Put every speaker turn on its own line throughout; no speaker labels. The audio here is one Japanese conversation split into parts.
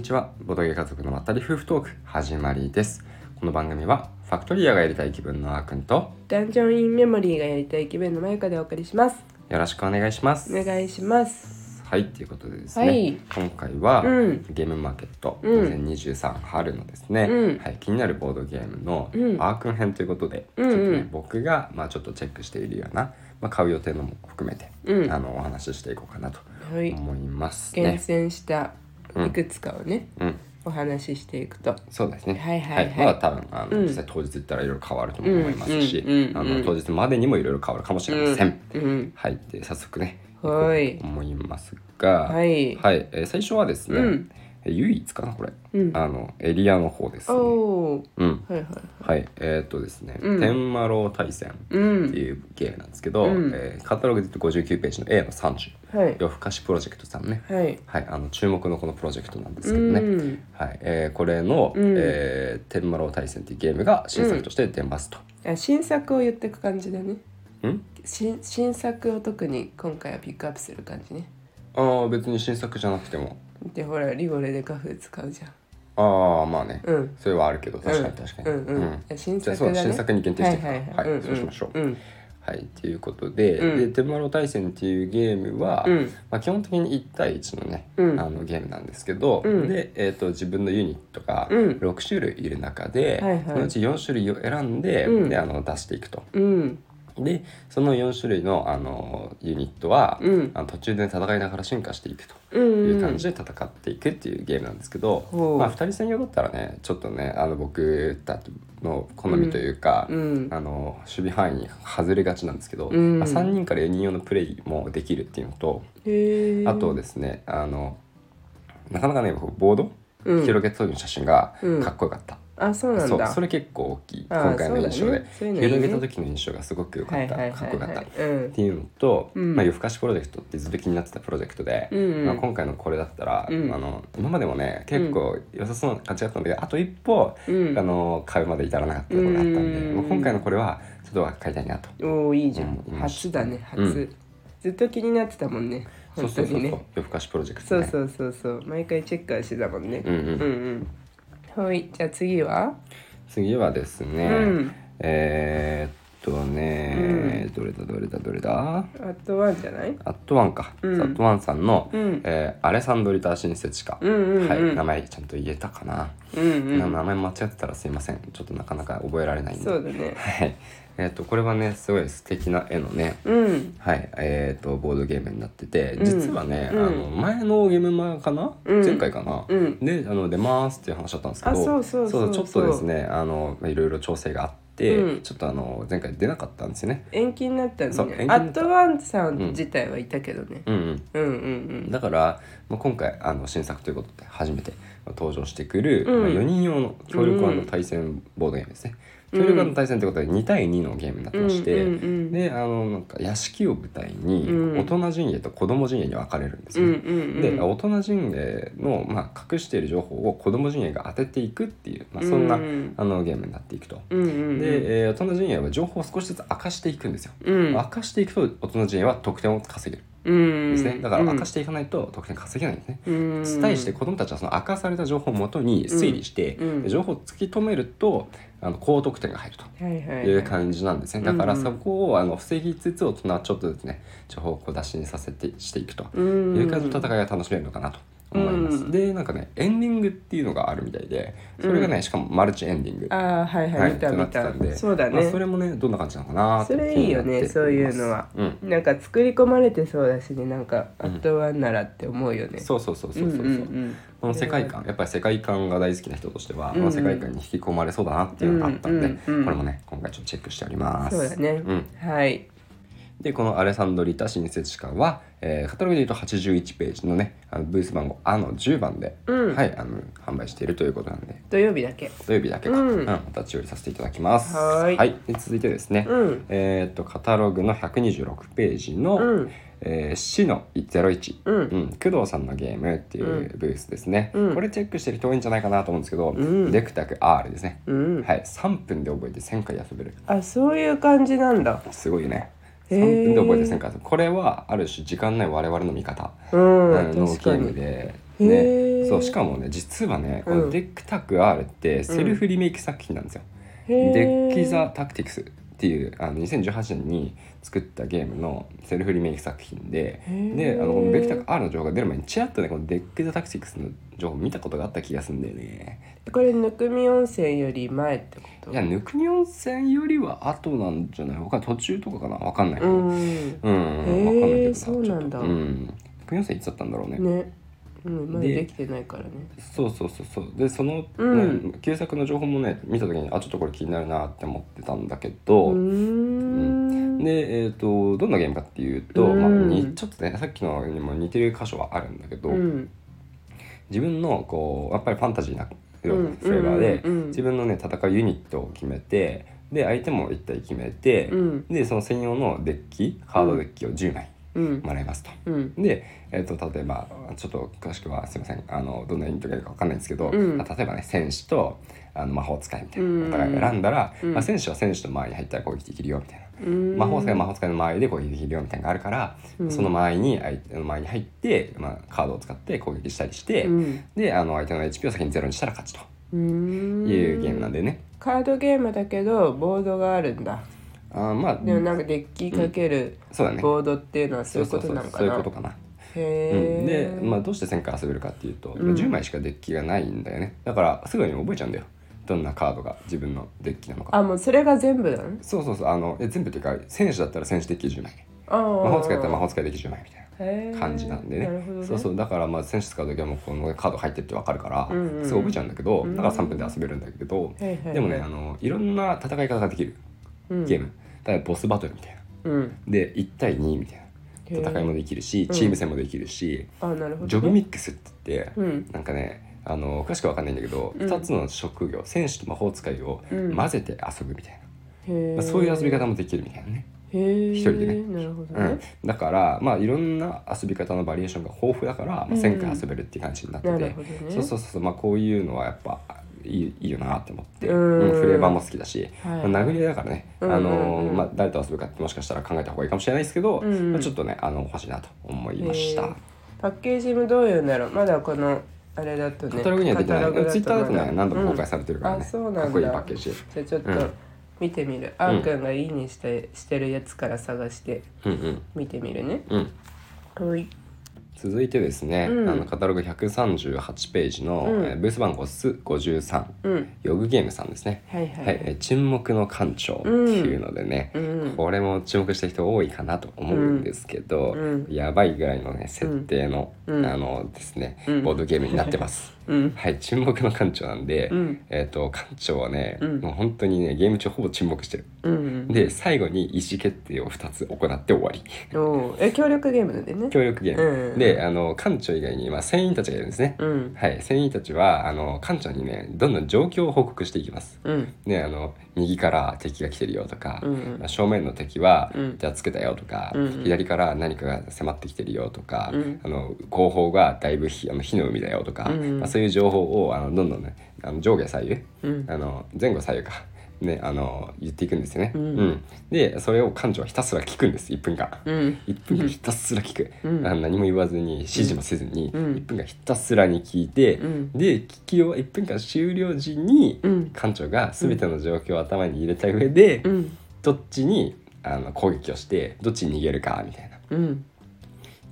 ちはボドゲ家族のまったり夫婦トーク始まりですこの番組はファクトリアがやりたい気分のあーくんと
ダンジョンインメモリーがやりたい気分のまゆかでお送りします。
よろしくお願いします
お願いします。
はいということでですね、
はい
今回は、
うん
ゲームマーケット
うん
2023春のですね、
うん
はい、気になるボードゲームの
うん
あーくん編ということで、
うんうん
ちょっとね僕が、まあ、ちょっとチェックしているような、まあ、買う予定のも含めて、
うん
あのお話ししていこうかなと
はい。
思います
厳
ね。
選した
うん
いくつかをね、
うん
お話ししていくと。
そうですね。
はいはいはい
まだ多分あの、
うん
実際当日行ったらいろいろ変わると思いますし、
うんうんうん
あの当日までにもいろいろ変わるかもしれません。
うん。
はい、で早速ね、
はい
行こうと思いますが、
はい
はい、えー最初はですね、
うん
え唯一かなこれ、
うん
あのエリアの方です、ね。
おー。
うん、
はいはい。
はい、えーっとですね、
うん
天魔楼大戦
う
って
ん。
いうゲームなんですけど、
うん
えーカタログで言うと59ページの A の30、
はい。
夜更かしプロジェクトさんね。
はい。
はい、あの注目のこのプロジェクトなんです
う
けどね。
ん。
はいえーこれの、
うん
えー天魔楼大戦」っていうゲームが新作として出ますと。
あ新作を言っていく感じだね。
うん、
新新作を特に今回はピックアップする感じね。
ああ別に新作じゃなくても
でほらリゴレでカフ使うじゃん。
ああまあね、
うん
それはあるけど確かに
うん
確かに。
うんうん新
じゃあ
作
そう
だね
新作に限定していくか
はいはいはい
は
う
い
ん
そうしましょう。
うん
はいということで,、
うん
で「天魔楼大戦」っていうゲームは、
うん
まあ、基本的に1対1のね、
うん
あのゲームなんですけど、
うん
で、えー、と自分のユニットが
うん
6種類いる中で、
はいはい
そのうち4種類を選んで,、
うん
であの出していくと。
うん
でその4種類のあのユニットは、
うん
あの途中で戦いながら進化していくと
うん。
いううん感じで戦っていくっていうゲームなんですけど、
ほう
まあ、2人専用だったらねちょっとねあの僕たちの好みというか、
うん
あの守備範囲に外れがちなんですけど、
うん
まあ、3人から4人用のプレイもできるっていうのと、
へえ。
あとですねあのなかなかねこうボード、
うん
広げた時の写真が
うん
かっこよかった。
あそうなん
そう
だ。
それ結構大きい
あー
今回の印象で、
そうだねそういうのいいね
広げた時の印象がすごく良かった、かっこよかった、
うん
っていうのと、
うん
まあ、夜更かしプロジェクトってずっと気になってたプロジェクトで、
うんうん
まあ、今回のこれだったら、
うん
あの今までもね結構良さそうな感じだったんだけど、あと一歩、
うん
あの買うまで至らなかったところがあったんで、
うん
まあ今回のこれはちょっとは買いたいなと。
おおいいじゃん、
うん
初だね初、
うん
ずっと気になってたもんね
そう
本
そ
当
うそうそ
に
う、
ね
夜更かしプロジェクト、
そう
ね、
そうそうそう毎回チェックはしてたもんね
うんうん
うんうんはいじゃあ次は
次はですね、
うん
えーっとね、どれだどれだどれだ
あとはじゃない
アットワンか、
うん
アットワンさんの、
うん
えーアレサンドリタ・シンセチカ、
うんうんうん
はい、名前ちゃんと言えたかな、
うんうん
な名前間違ってたらすいませんちょっとなかなか覚えられないんで
そうだね
はいえっ、とこれはねすごい素敵な絵のね
うん
はいえー、とボードゲームになってて
ん
実はね、
うん
あの前のゲーム前かな、
うん
前回かな、
うん
であの出ますっていう話だったんですけど
あそうそうそうそう
ちょっとですねあのいろいろ調整があって、
うん
ちょっとあの前回出なかったんですよね。
延期になったん
そう
ね
延期に
ア
なっ
ッ
た
トワンさん自体はいたけどね、
うんうん
うん、うん
だから、まあ、今回あの新作ということで初めてまあ登場してくる、
うん
まあ、4人用の協力
う
版
ん
の対戦ボードゲームですね。協力版の対戦ということで2対2のゲームになってまして、
うんうんうん
であのなんか屋敷を舞台に
うん
大人陣営と子供陣営に分かれるんです
うん
よ
う
ね。
んうん
で大人陣営の、まあ、隠している情報を子供陣営が当てていくっていう、まあ、そんな、
うん
あのゲームになっていくと。
うんうん
で、えー大人陣営は情報を少しずつ明かしていくんですよ。
うん
明かしていくと大人陣営は得点を稼げる
うん
ですね。だから明かしてていかないと得点稼げないんですね。
うん
対して子どもたちはその明かされた情報をもとに推理して、
うんうん
情報を突き止めるとあの高得点が入ると。
はいはいはい
いう感じなんですね。
はいは
だか
い
らそこをあの防ぎつつ大人はちょっとですね情報を小出しにさせてしていくと
うん
いう感じの戦いが楽しめるのかなと思います。
うん
でなんかねエンディングっていうのがあるみたいでそれがねしかもマルチエンディング、
ああはいはい、
はい
見た
ってな
見
ってたん
た
で
そうだね、
まあそれもねどんな感じなのかなって
それいいよね
気になって
そういうのは
うん、
なんか作り込まれてそうだしねなんか
う
ア
ん
ットワンならって思うよね、
そうそうそうそうそうそう,、
んんん
この世界観やっぱり世界観が大好きな人としては、
うん
この世界観に引き込まれそうだなっていうのがあったんで、
うんうんうん
これもね今回ちょっとチェックしております。
そうだね、
ん
はい
でこのアレサンドリタ新設士官は、えーカタログでいうと81ページのねあのブース番号あの10番で、
うん
はい、あの販売しているということなんで
土曜日だけ
土曜日だけか、
うん
また注意させていただきます。
はーい
で続いてですね、
うん
えーっとカタログの126ページの「
うん
えー、死の01、
うん
工藤さんのゲーム」っていううブースですね、
うん
これチェックしてる人多いんじゃないかなと思うんですけど、
ん
デクタク R ですね、
うん
はい、3分で覚えて1000回遊べる
あそういう感じなんだ
すごいよね
へー
3分で覚えて1000回遊べるこれはある種時間ない我々の味方
うん、
のゲ
確か
ーム
に
でね、
へー
そうしかもね実はねこ
う
の
ん
デック・タク・アールってセルフリメイク作品なんですよ。
へー
デッキ・ザ・タクティクスっていうあの2018年に作ったゲームのセルフリメイク作品で
へー
であのこのデッキ・タク・アールの情報が出る前にちらっとねこのデッキ・ザ・タクティクスの情報見たことがあった気がするんだよね。
これぬくみ温泉より前ってこと
いやぬくみ温泉よりは後なんじゃないわかんない途中とかかなわかんないけ
う
ど。
ん
うん、
へー
わかんないけどな
そうなんだ
ちょっとうん、クヨンさんいつだったんだろうね。
ね、うん、まだ
で
できてないからね
そうそうそうそう、で、その、
うん
ね旧作の情報もね、見た時に、あ、ちょっとこれ気になるなって思ってたんだけど。
うーん
で、えー、とどんなゲームかっていうと、
うん
まあ、にちょっとねさっきのにも似てる箇所はあるんだけど、
うん
自分のこうやっぱりファンタジーなフレーバーで、
うんうんうんうん
自分のね戦うユニットを決めてで相手も1体決めて、
うん
でその専用のデッキカードデッキを10枚
うん
もらいますと。
うん
で、えー、と例えばちょっと詳しくはすいませんあのどんなユニットがいるかわかんないんですけど、
うん
まあ例えばね戦士とあの魔法使いみたい
うん
なお互い選んだら、
うん
まあ、戦士は戦士と間合いに入ったら攻撃できるよみたいな。
うん
魔法使いは魔法使いの間合いで攻撃できるよみたいなのがあるから、
うん
その間合いに相手の間合いに入って、まあ、カードを使って攻撃したりして、
うん
であの相手の HP を先にゼロにしたら勝ちと
うーん
いうゲームなんでね、
カードゲームだけどボードがあるんだ
あーまあ
でもなんかデッキかける
そうだね
ボードっていうのはそういう
そ
こ
うそ
と
う
な
そう
のか
そういう
な
ことかな、う
へ
ん、で
え、
まあ、どうして戦果遊べるかっていうと、
うん
10枚しかデッキがないんだよねだからすぐに覚えちゃうんだよどんなカードが自分のデッキなのか
あもうそれが全部なの
そうそうそうあのえ全部っていうか戦士だったら戦士デッキ10枚
あ
魔
魔
法使いだったら魔法使いデッキ10枚みたいな感じなんでね,、
なるほどね
そうそうだからまあ選手使う時はもうこのカード入ってるって分かるから、
うんうんうん
すぐ覚えちゃうんだけど
うん
だから3分で遊べるんだけど、
はいはいはい
でもねあのいろんな戦い方ができる
うん
ゲーム、例えばボスバトルみたいな
うん
で1対2みたいな
へー
戦いもできるし
ん
チーム戦もできるし、
あなるほどね
ジョブミックスって言って、
うん
なんかねあの詳しくは分かんないんだけど、
うん
2つの職業選手と魔法使いを
うん
混ぜて遊ぶみたいな、
へ
まあ
ー
そういう遊び方もできるみたいなね。
へー
一人でね
なるほど
う
ね
ん、だからまあいろんな遊び方のバリエーションが豊富だから、まあ、
うん
1000回遊べるっていう感じになってて、
なるほどね
そうそうそう、まあ、こういうのはやっぱいいいいよなって思って、
うん
うんフレーバーも好きだし、
はい
まあ、殴り合いだからね、
うんうんうん
あのまあ、誰と遊ぶかってもしかしたら考えた方がいいかもしれないですけど、
うんうん
まあ、ちょっとねあの欲しいなと思いまし
へ
た
ー。パッケージもどういうんだろうまだこのあれだとね
カタログにはできな
カタログ
い。
と
ツイッターだと
ま
ね、何度も公開
うん
されてるからね。
あそうなんだ
かっこいいパッケージ。
じゃあちょっと
うん
見てみる、あーくんがいいにしてしてるやつから探して
うんうん。
見てみるね
うん。
はい
続いてですね、
うん
あのカタログ138ページの、
うん
えーブース番号す53、
うん
ヨグゲームさんですね。
はいはい、
はい、えー沈黙の艦長っていうのでね、
うん
これも注目した人多いかなと思うんですけど、
うん
やばいぐらいのね設定の、
うん
あのですね、
うん
ボードゲームになってます。
うん
はい、沈黙の艦長なんで、
うん
えっ、と艦長はね、
うん
もう本当にねゲーム中ほぼ沈黙してる。
うん
で最後に意思決定を2つ行って終わり
おーえ協力ゲームなんでね
協力ゲーム、
うん
であの艦長以外に、まあ、船員たちがいるんですね、
うん
はい船員たちはあの艦長にねどんどん状況を報告していきます
うん
ね、あの右から敵が来てるよとか、
うんうん
まあ正面の敵は
うん
じゃあつけたよとか、
うんうん
左から何かが迫ってきてるよとか、
うん
あの後方がだいぶ火あの火の海だよとか、
うんうん
まあ、そういう情報をあのどんどんねあの上下左右、
うん
あの前後左右か、ね、あの言っていくんですよね。
うん
でそれを館長はひたすら聞くんです1分間。
うん
1分間ひたすら聞く、
うん
あの何も言わずに指示もせずに、
うん
1分間ひたすらに聞いて、
うん
で聞きを1分間終了時に、
うん
館長が全ての状況を頭に入れた上で、
うん
どっちにあの攻撃をしてどっちに逃げるかみたいな
うん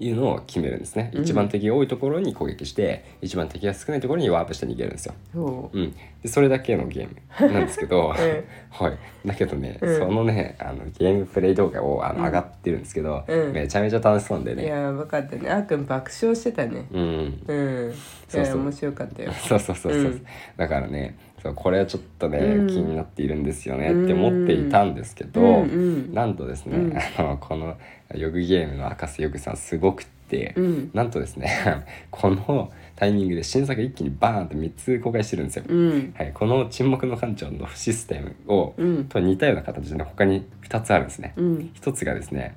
いうのを決めるんですね、
うん
一番敵が多いところに攻撃して一番敵が少ないところにワープして逃げるんですよ。
そ
うん、でそれだけのゲームなんですけ ど、
え
はい、だけどね、
うん
そのねあのゲームプレイ動画をあの、上がってるんですけど、
うん
めちゃめちゃ楽しそうなんで
う
ね
いやー分かったねあーくん爆笑してたね
うん、
うんい
そう
や
そう
面白かったよ
そうそうそうそう、
うん
だからねそうこれはちょっとね、
うん
気になっているんですよねって思っていたんですけど、
うんうん
なんとですね、
うん
あのこのヨグゲームの赤瀬ヨグさんすごくって、
うん
なんとですね このタイミングで新作一気にバーンと3つ公開してるんですよ。
うん
はい、この「沈黙の艦長」のシステムを、
うん
と似たような形でね他に2つあるんですね。
うん
1つがですね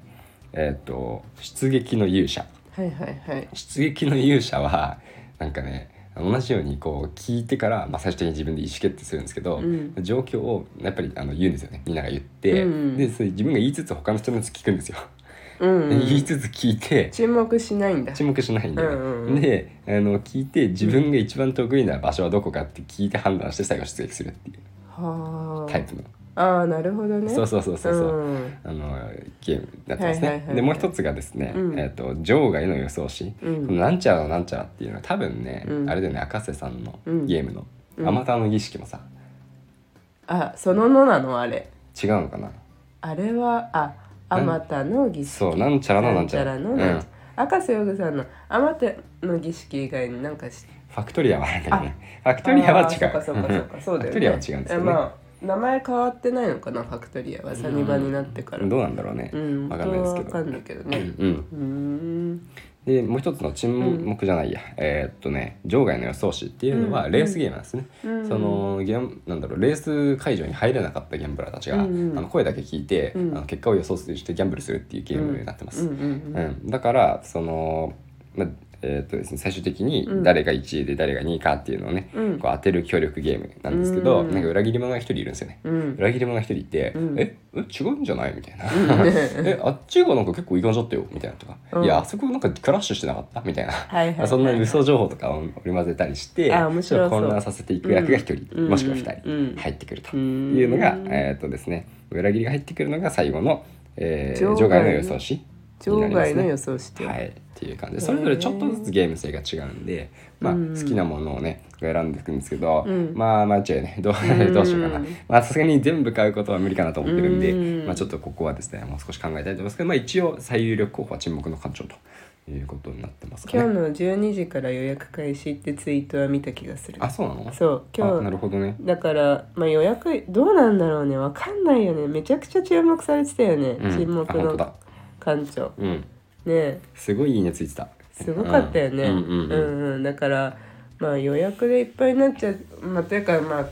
えっ、と「出撃の勇者」
はいはいはい
出撃の勇者はなんかね同じようにこう聞いてから、まあ、最終的に自分で意思決定するんですけど、
うん
状況をやっぱりあの言うんですよねみんなが言って、
うん
でそれ自分が言いつつ他の人のやつ聞くんですよ。
うんうん
言いつつ聞いて
注目しないんだ
沈黙しないんだよね、
うんうんうん
であの聞いて自分が一番得意な場所はどこかって聞いて判断して最後出撃するっていう
は
タイプの、
あああなるほどね
そうそうそうそうそう、
うん
あのゲームになってますね、
はいはいはいはい
でもう一つがですね、
うん
えっと場外の予想詞、
うん
このなんちゃらのなんちゃらっていうのは多分ね、
うん
あれだよね赤瀬さんの
うん
ゲームの「
うん
アマターの儀式」もさ
あそののなのあれ
違うのかな
あれはああまたの儀式
そうなんちゃらのなん
ん
ち
ち
ゃ
ゃ
ら
らのなんちゃら赤瀬ヨグさんのあまたの儀式以外になんかし
ファクトリアはあるんだけどねファクトリアは違う
あーそうかそうかそうかそう
ファ
だよ、ね、
クトリアは違うんですよね
えまあ名前変わってないのかなファクトリアはサニバになってから
うんどうなんだろうね、
う
わ
ん
かんないですけ
わ
ど
かんないけどね
うんうん
うーん
でもう一つの沈黙じゃないや、えーっとね場外の予想手っていうのは
うん
レースゲームなんですね、
うん
そのゲームなんだろうレース会場に入れなかったギャンブラーたちが、
うんうん
あの声だけ聞いて、
うん
あの結果を予想してギャンブルするっていうゲームになってます、
うんうんうん
うんだからその、まえーっとですね、最終的に誰が1位で誰が2位かっていうのをね、
うん
こう当てる協力ゲームなんですけど、
うん
なんか裏切り者が一人いるんですよね、
うん
裏切り者が一人いて「
うん
ええ違うんじゃない?」みたいな「えあっちがなんか結構いい感じだったよ」みたいなとか「
うん
いやあそこなんかクラッシュしてなかった?」みたいな、
はいはいはい
そんな嘘情報とかを織り交ぜたりして
あ面白そう
ちょっと混乱させていく役が一人、
うん
もしくは二
うん
人入ってくるというのが、
うん
えーっとですね裏切りが入ってくるのが最後の、えー
場外
場外の予想詞
場外の予想してよ、
はい、っていう感じでそれぞれちょっとずつゲーム性が違うんで、まあ、
うん
好きなものをね選んでいくんですけど、
うん
まあまあ違う ねどう
ん
どうしようかなまあさすがに全部買うことは無理かなと思ってるんで、
うん
まあ、ちょっとここはですねもう少し考えたいと思いますけど、まあ、一応最有力候補は沈黙の感情ということになってますか
今日
ね。
の12時から予約開始ってツイートは見た気がする
あそうなの
そう
あな
今
る
日
ほどね。
だから、まあ、予約どうなんだろうねわかんないよねめちゃくちゃ注目されてたよね、
うん
沈黙
あ本当だ
の館長
うん、
ねえ
すごいいいねついてた。
すごかったよね
うんうんうんうん
うんだからまあ予約でいっぱいになっちゃうまあというかま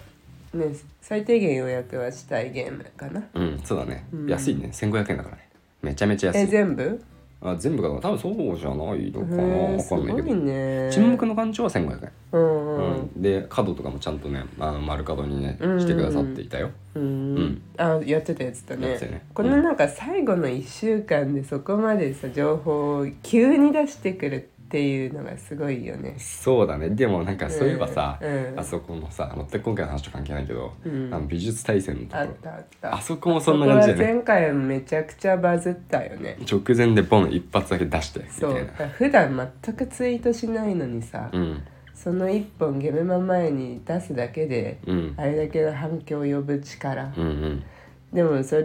あね最低限予約はしたいゲームかな
うん、そうだね、
うん
安いね1500円だからねめちゃめちゃ安い
え全部
あ全部かな多分そうじゃないの
へ
かな
え
わ
す
かん
ご
ないけど
いね
沈黙の館長は1500円
うんうん、
うん、で角とかもちゃんとねあの丸角にね
うん
してくださっていたよ、
う
うん
ん、あやってたやつだ
や
ね
ってたよね
このなんか最後の1週間でそこまでさ情報を急に出してくるっていうのがすごいよね。
そうだねでもなんかそういえばさ、
うん
あそこのさ全く今回の話と関係ないけど、
うん
あの美術大戦のとこ
あっ
ろ
たあった
あそこもそんな感じ
そ
だ
こは
よね
前回めちゃくちゃバズったよね
直前でボン一発だけ出してみ
そ
たいうな
普段全くツイートしないのにさ、
うん
その一本ゲメマ前に出すだけで、
うん
あれだけの反響を呼ぶ力、
うんうん
でもそ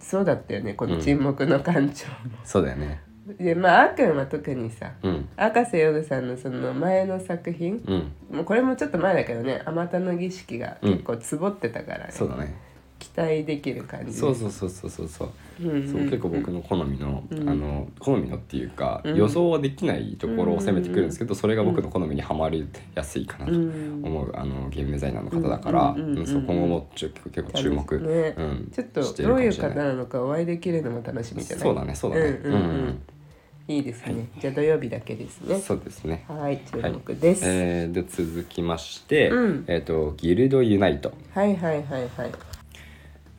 そうだったよねこの沈黙の館長、
そうだよね
でまああっくんは特にさ、
うん
赤瀬ヨグさんのその前の作品、
うん
もうこれもちょっと前だけどね「あまたの儀式」が結構つぼってたから、ね
そうだね
期待できる感じ
そうそうそうそうそうそう,、
うんうん
そう結構僕の好みの、
うん
あの好みのっていうか、
うん
予想はできないところを攻めてくるんですけど、それが僕の好みにはまりやすいかなと
うん
思う、あのゲームデザイナーの方だから、
うんうんうんうん
うんそう今後もちょ結構注目、
ね
うん、
ちょっと
して
ど
る
う
か
い
も
う
しれ
方
ない
なのかお会いできるのも楽しみじゃない
そうだねそうだね
うんうんうん
うん
いいですね、じゃあ土曜日だけですね
そうですね
はい注目です、
えーで続きまして、
うん
えっ、とギルドユナイト
はいはいはいはい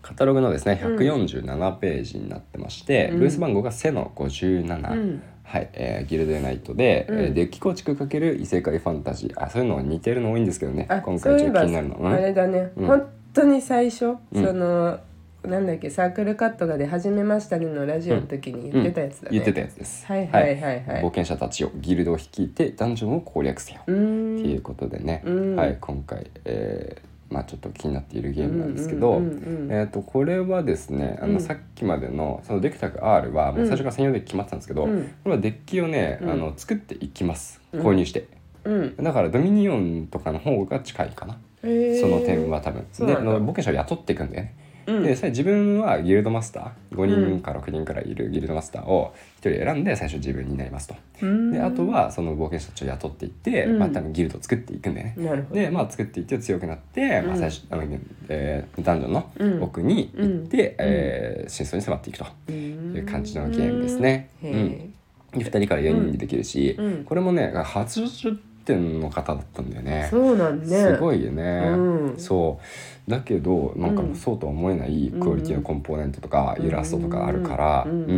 カタログのですね147ページになってまして、
うん
ルース番号が「セの57」
うん
はいえーギルドユナイトで、
うん
えーデッキ構築×異世界ファンタジーあそういうの似てるの多いんですけどね
あ
今
そう
回ちょ
いえ
っと
ば
気になるのうん
あれだね、
うん
本当に最初、
うん
そのなんだっけサークルカットが出始めましたねのラジオの時に言ってたやつだね、
言ってたやつです
はいはいはいはい
冒険者たちをギルドを率いてダンジョンを攻略せよ
うー
っ
ん
ていうことでね、
うん
はい、今回、えーまあ、ちょっと気になっているゲームなんですけど、
うんうんうんうん
えー、とこれはですねあ
う
の
ん
さっきまでのそのデクタク R はもう最初から専用デッキ決まってたんですけど、
うん
これはデッキをねあ
うん
の作っていきます
うん
購入して、
うん
だからドミニオンとかの方が近いかな、
へー
その点は多分
そう
で
な
あ
んだ
の冒険者を雇っていくんだよね
うん
でそれ自分はギルドマスター5
う
人
ん
から6人からいるギルドマスターを1人選んで最初自分になりますと
うーん
であとはその冒険者たちを雇っていって、
うん
まあ、多分ギルドを作っていくんだよね
なるほど
でまあ作っていって強くなって、まあ、
うん
最初あの、えーダンジョンの奥に
うん
行って、
うん
えー真相に迫っていくと
い
いう
う
感じのゲームですね。
へ
うんで2人から4人にできるし、
うん
これもね初店の方だったんだよね。
そうなんね
すご
い
いよね、
うん
そうだけどなんかもうそうとは思えないクオリティのコンポーネントとか
うん
イラストとかあるから、
う
うんん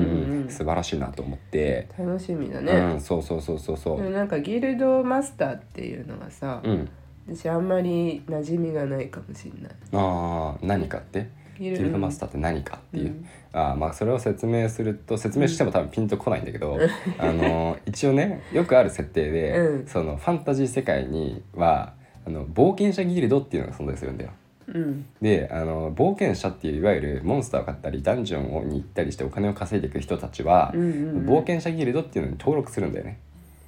うん
素晴らしいなと思って、
楽しみだ
う
ね、
ん、そうそうそうそうそ
でも
う、
なんかギルドマスターっていうのがさ、
うん、
私あんまり馴染みがないかもしれない
あー何かって
ギ
ギルドマスターって何かっていう、
うん
あーまあ、それを説明すると説明しても多分ピンとこないんだけど、あのー一応ねよくある設定で、
うん
そのファンタジー世界にはあの冒険者ギルドっていうのが存在するんだよ。
うん
であの冒険者っていういわゆるモンスターを買ったりダンジョンに行ったりしてお金を稼いでいく人たちは、
うんうん
冒険者ギルドっていうのに登録するんだよね。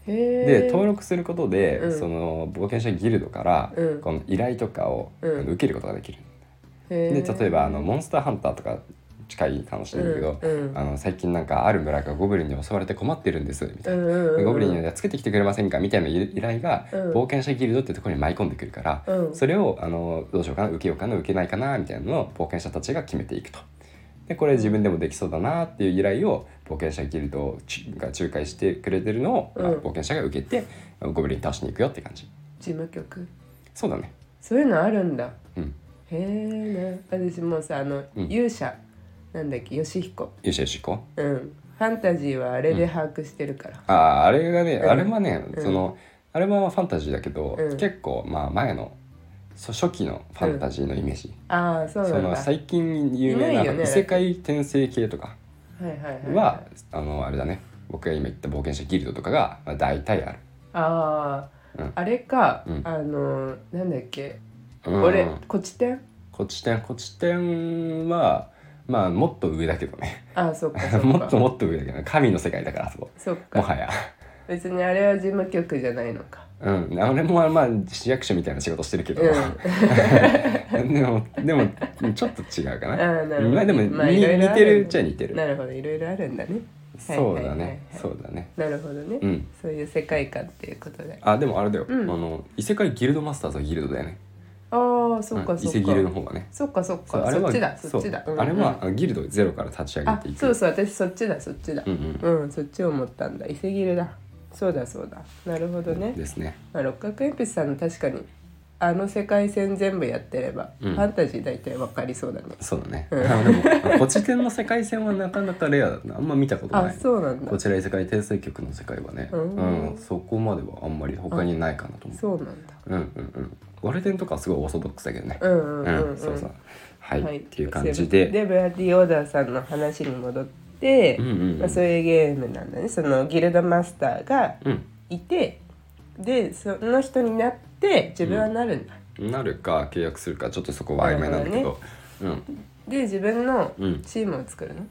へー
で登録することで、
うん
その冒険者ギルドから、
うん
この依頼とかを、
うん
あの受けることができる。
へ
で
ー
例えばあのモンスターハンターとか近いかもしれないけど、
うんうん
あの最近なんかある村がゴブリンに襲われて困ってるんですみたいな、
うんうんうん
ゴブリンにやっつけてきてくれませんかみたいな依頼が、
うん
冒険者ギルドってところに舞い込んでくるから、
うん
それをあのどうしようかな受けようかな受けないかなみたいなのを冒険者たちが決めていくと。でこれ自分でもできそうだなっていう依頼を冒険者ギルドが仲介してくれてるのを、
うん
まあ冒険者が受けてゴブリン倒しに行くよって感じ
事務局
そうだね
そういうのあるんだ
うん
へえ私もさあの、
うん
勇者なんだっけ義彦
よしよし行こう
うんファンタジーはあれで把握してるから、
あああれがね、
うん
あれはね、
うん
そのアルバムはファンタジーだけど、
うん
結構まあ前のそ初期のファンタジーのイメージ、
ああそうな
そ
んだ
の最近有名
いな
ない
よね
異世界転生系とか
はいはいはい
は、あのあれだね僕が今言った冒険者ギルドとかが、まあ、大体ある。
ああ、
うん
あれか、
うん
あのなんだっけ、
うん
俺こっち店
こっち点こっち点はまあもっと上だけどね
ああそっかそっか
もっともっと上だけど神の世界だからあそこ
そっか
もはや。
別にあれは事務局じゃないのか
うん、あれもまあまあ市役所みたいな仕事してるけど、
うん
でもでもちょっと違うかな
あーなるほど
まあでも、
まあ
に
いろいろ
似
ある
てるっちゃ似てる
なるほどいろいろあるんだね
そう
は
だ
いはいはいはい
ねそうだね
なるほどね、
うん
そういう世界観っていうことで
あでもあれだよ、
うん
あの異世界ギルドマスターズはギルドだよね
ああそっ
う
か
ん
そ
異
っか、
世ギルの方がね
そっかそっ
そう
かそっちだそっちだ、
そう
うんうん
あれはあのギルドをゼロから立ち上げ
あ
ていく
そうそう私そっちだそっちだ
うんうん
うん、そっちを思ったんだ伊勢切れだそうだそうだなるほどね、
ですね
まあ、六角鉛筆さんの確かにあの世界線全部やってれば、
うん
ファンタジー大体わかりそうだね
そうだね、
うん
あでもこち天の世界線はなかなかレアだなあんま見たこと
あ
ない
そうなんだ
こちら異世界転生局の世界はね、
うん
うん、そこまではあんまり他にないかなと思う
そうなんだ
うんうんうん。割れ点とかはすごいオーソドックスだけどね。
うんうんうん、うん
そうそう。はい、
はい
っていう感じで。
でブラディ・オーダーさんの話に戻って、
うんうんうん
まあ、そういうゲームなんだねそのギルドマスターが
うん。
いてでその人になって自分はなるんだ、
なるか契約するかちょっとそこは曖昧なんだけど。うん。
で自分の
うん
チームを作るの、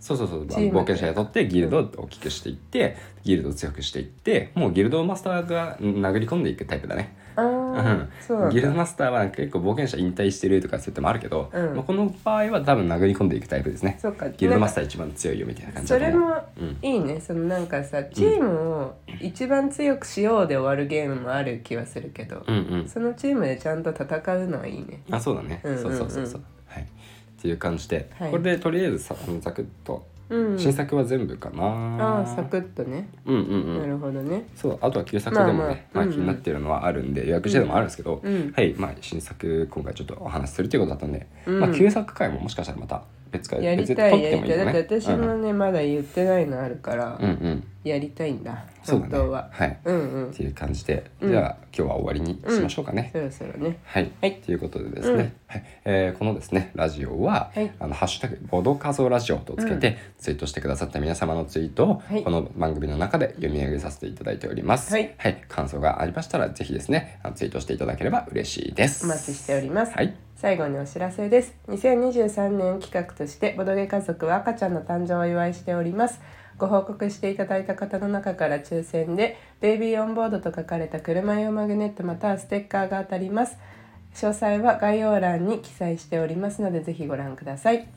そうそうそう。まあ
チーム
冒険者雇ってギルドを大きくしていって、ギルドを強くしていって、もうギルドマスターがうん殴り込んでいくタイプだね。
ああ、
うん
そうなん
ギルド
だ
マスターは結構冒険者引退してるとか設定もあるけど、
うん
まあ、この場合は多分殴り込んでいくタイプですね
そうか
ギルドマスター一番強いよみたいな感じ
そ
だと
れ
思う
もいいね、そのなんかさチームを一番強くしようで終わるゲームもある気はするけど、
うんうん
そのチームでちゃんと戦うのはいいね
あそうだね、
うんうんうん
そうそうそうそうはいっていう感じで、
はい
これでとりあえずさあのざくっと、
うん
新作は全部かな
ああサクッとね、
うんうんう
なんるほどね
そうあとは旧作でもね、
ま
ま
あまあ
あ
うんうん
気になってるのはあるんで、予約してでもあるんですけど、
うん
はいまあ新作今回ちょっとお話しするということだったんで、
うん
まあ旧作回ももしかしたらまた別回
やり
別
た
で
い
撮っ
や
て
り
も
た
い
い
いよね
だって私もね、まだ言ってないのあるから、
うん、うんうん
やりたいんだ
そうだ
本
ね
当は
はい、
うんうん
っていう感じで、
うん
じゃあ今日は終わりにしましょうかね、
そろそろね
はい、
はい
ということでですね、
うん
はいえーこのですねラジオは、
はい
あのハッシュタグボドカゾラジオとつけて、ツイートしてくださった皆様のツイートを、
はい
この番組の中で読み上げさせていただいております。
はい
感想がありましたらぜひですねあのツイートしていただければ嬉しいです。
お待ちしております、
はい
最後にお知らせです2023年企画としてボドゲ家族は赤ちゃんの誕生をお祝いしておりますご報告していただいた方の中から抽選でベイビーオンボードと書かれた車用マグネットまたはステッカーが当たります詳細は概要欄に記載しておりますのでぜひご覧ください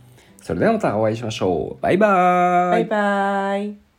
それではまたお会いしましょう。バイバーイ。
バイバイ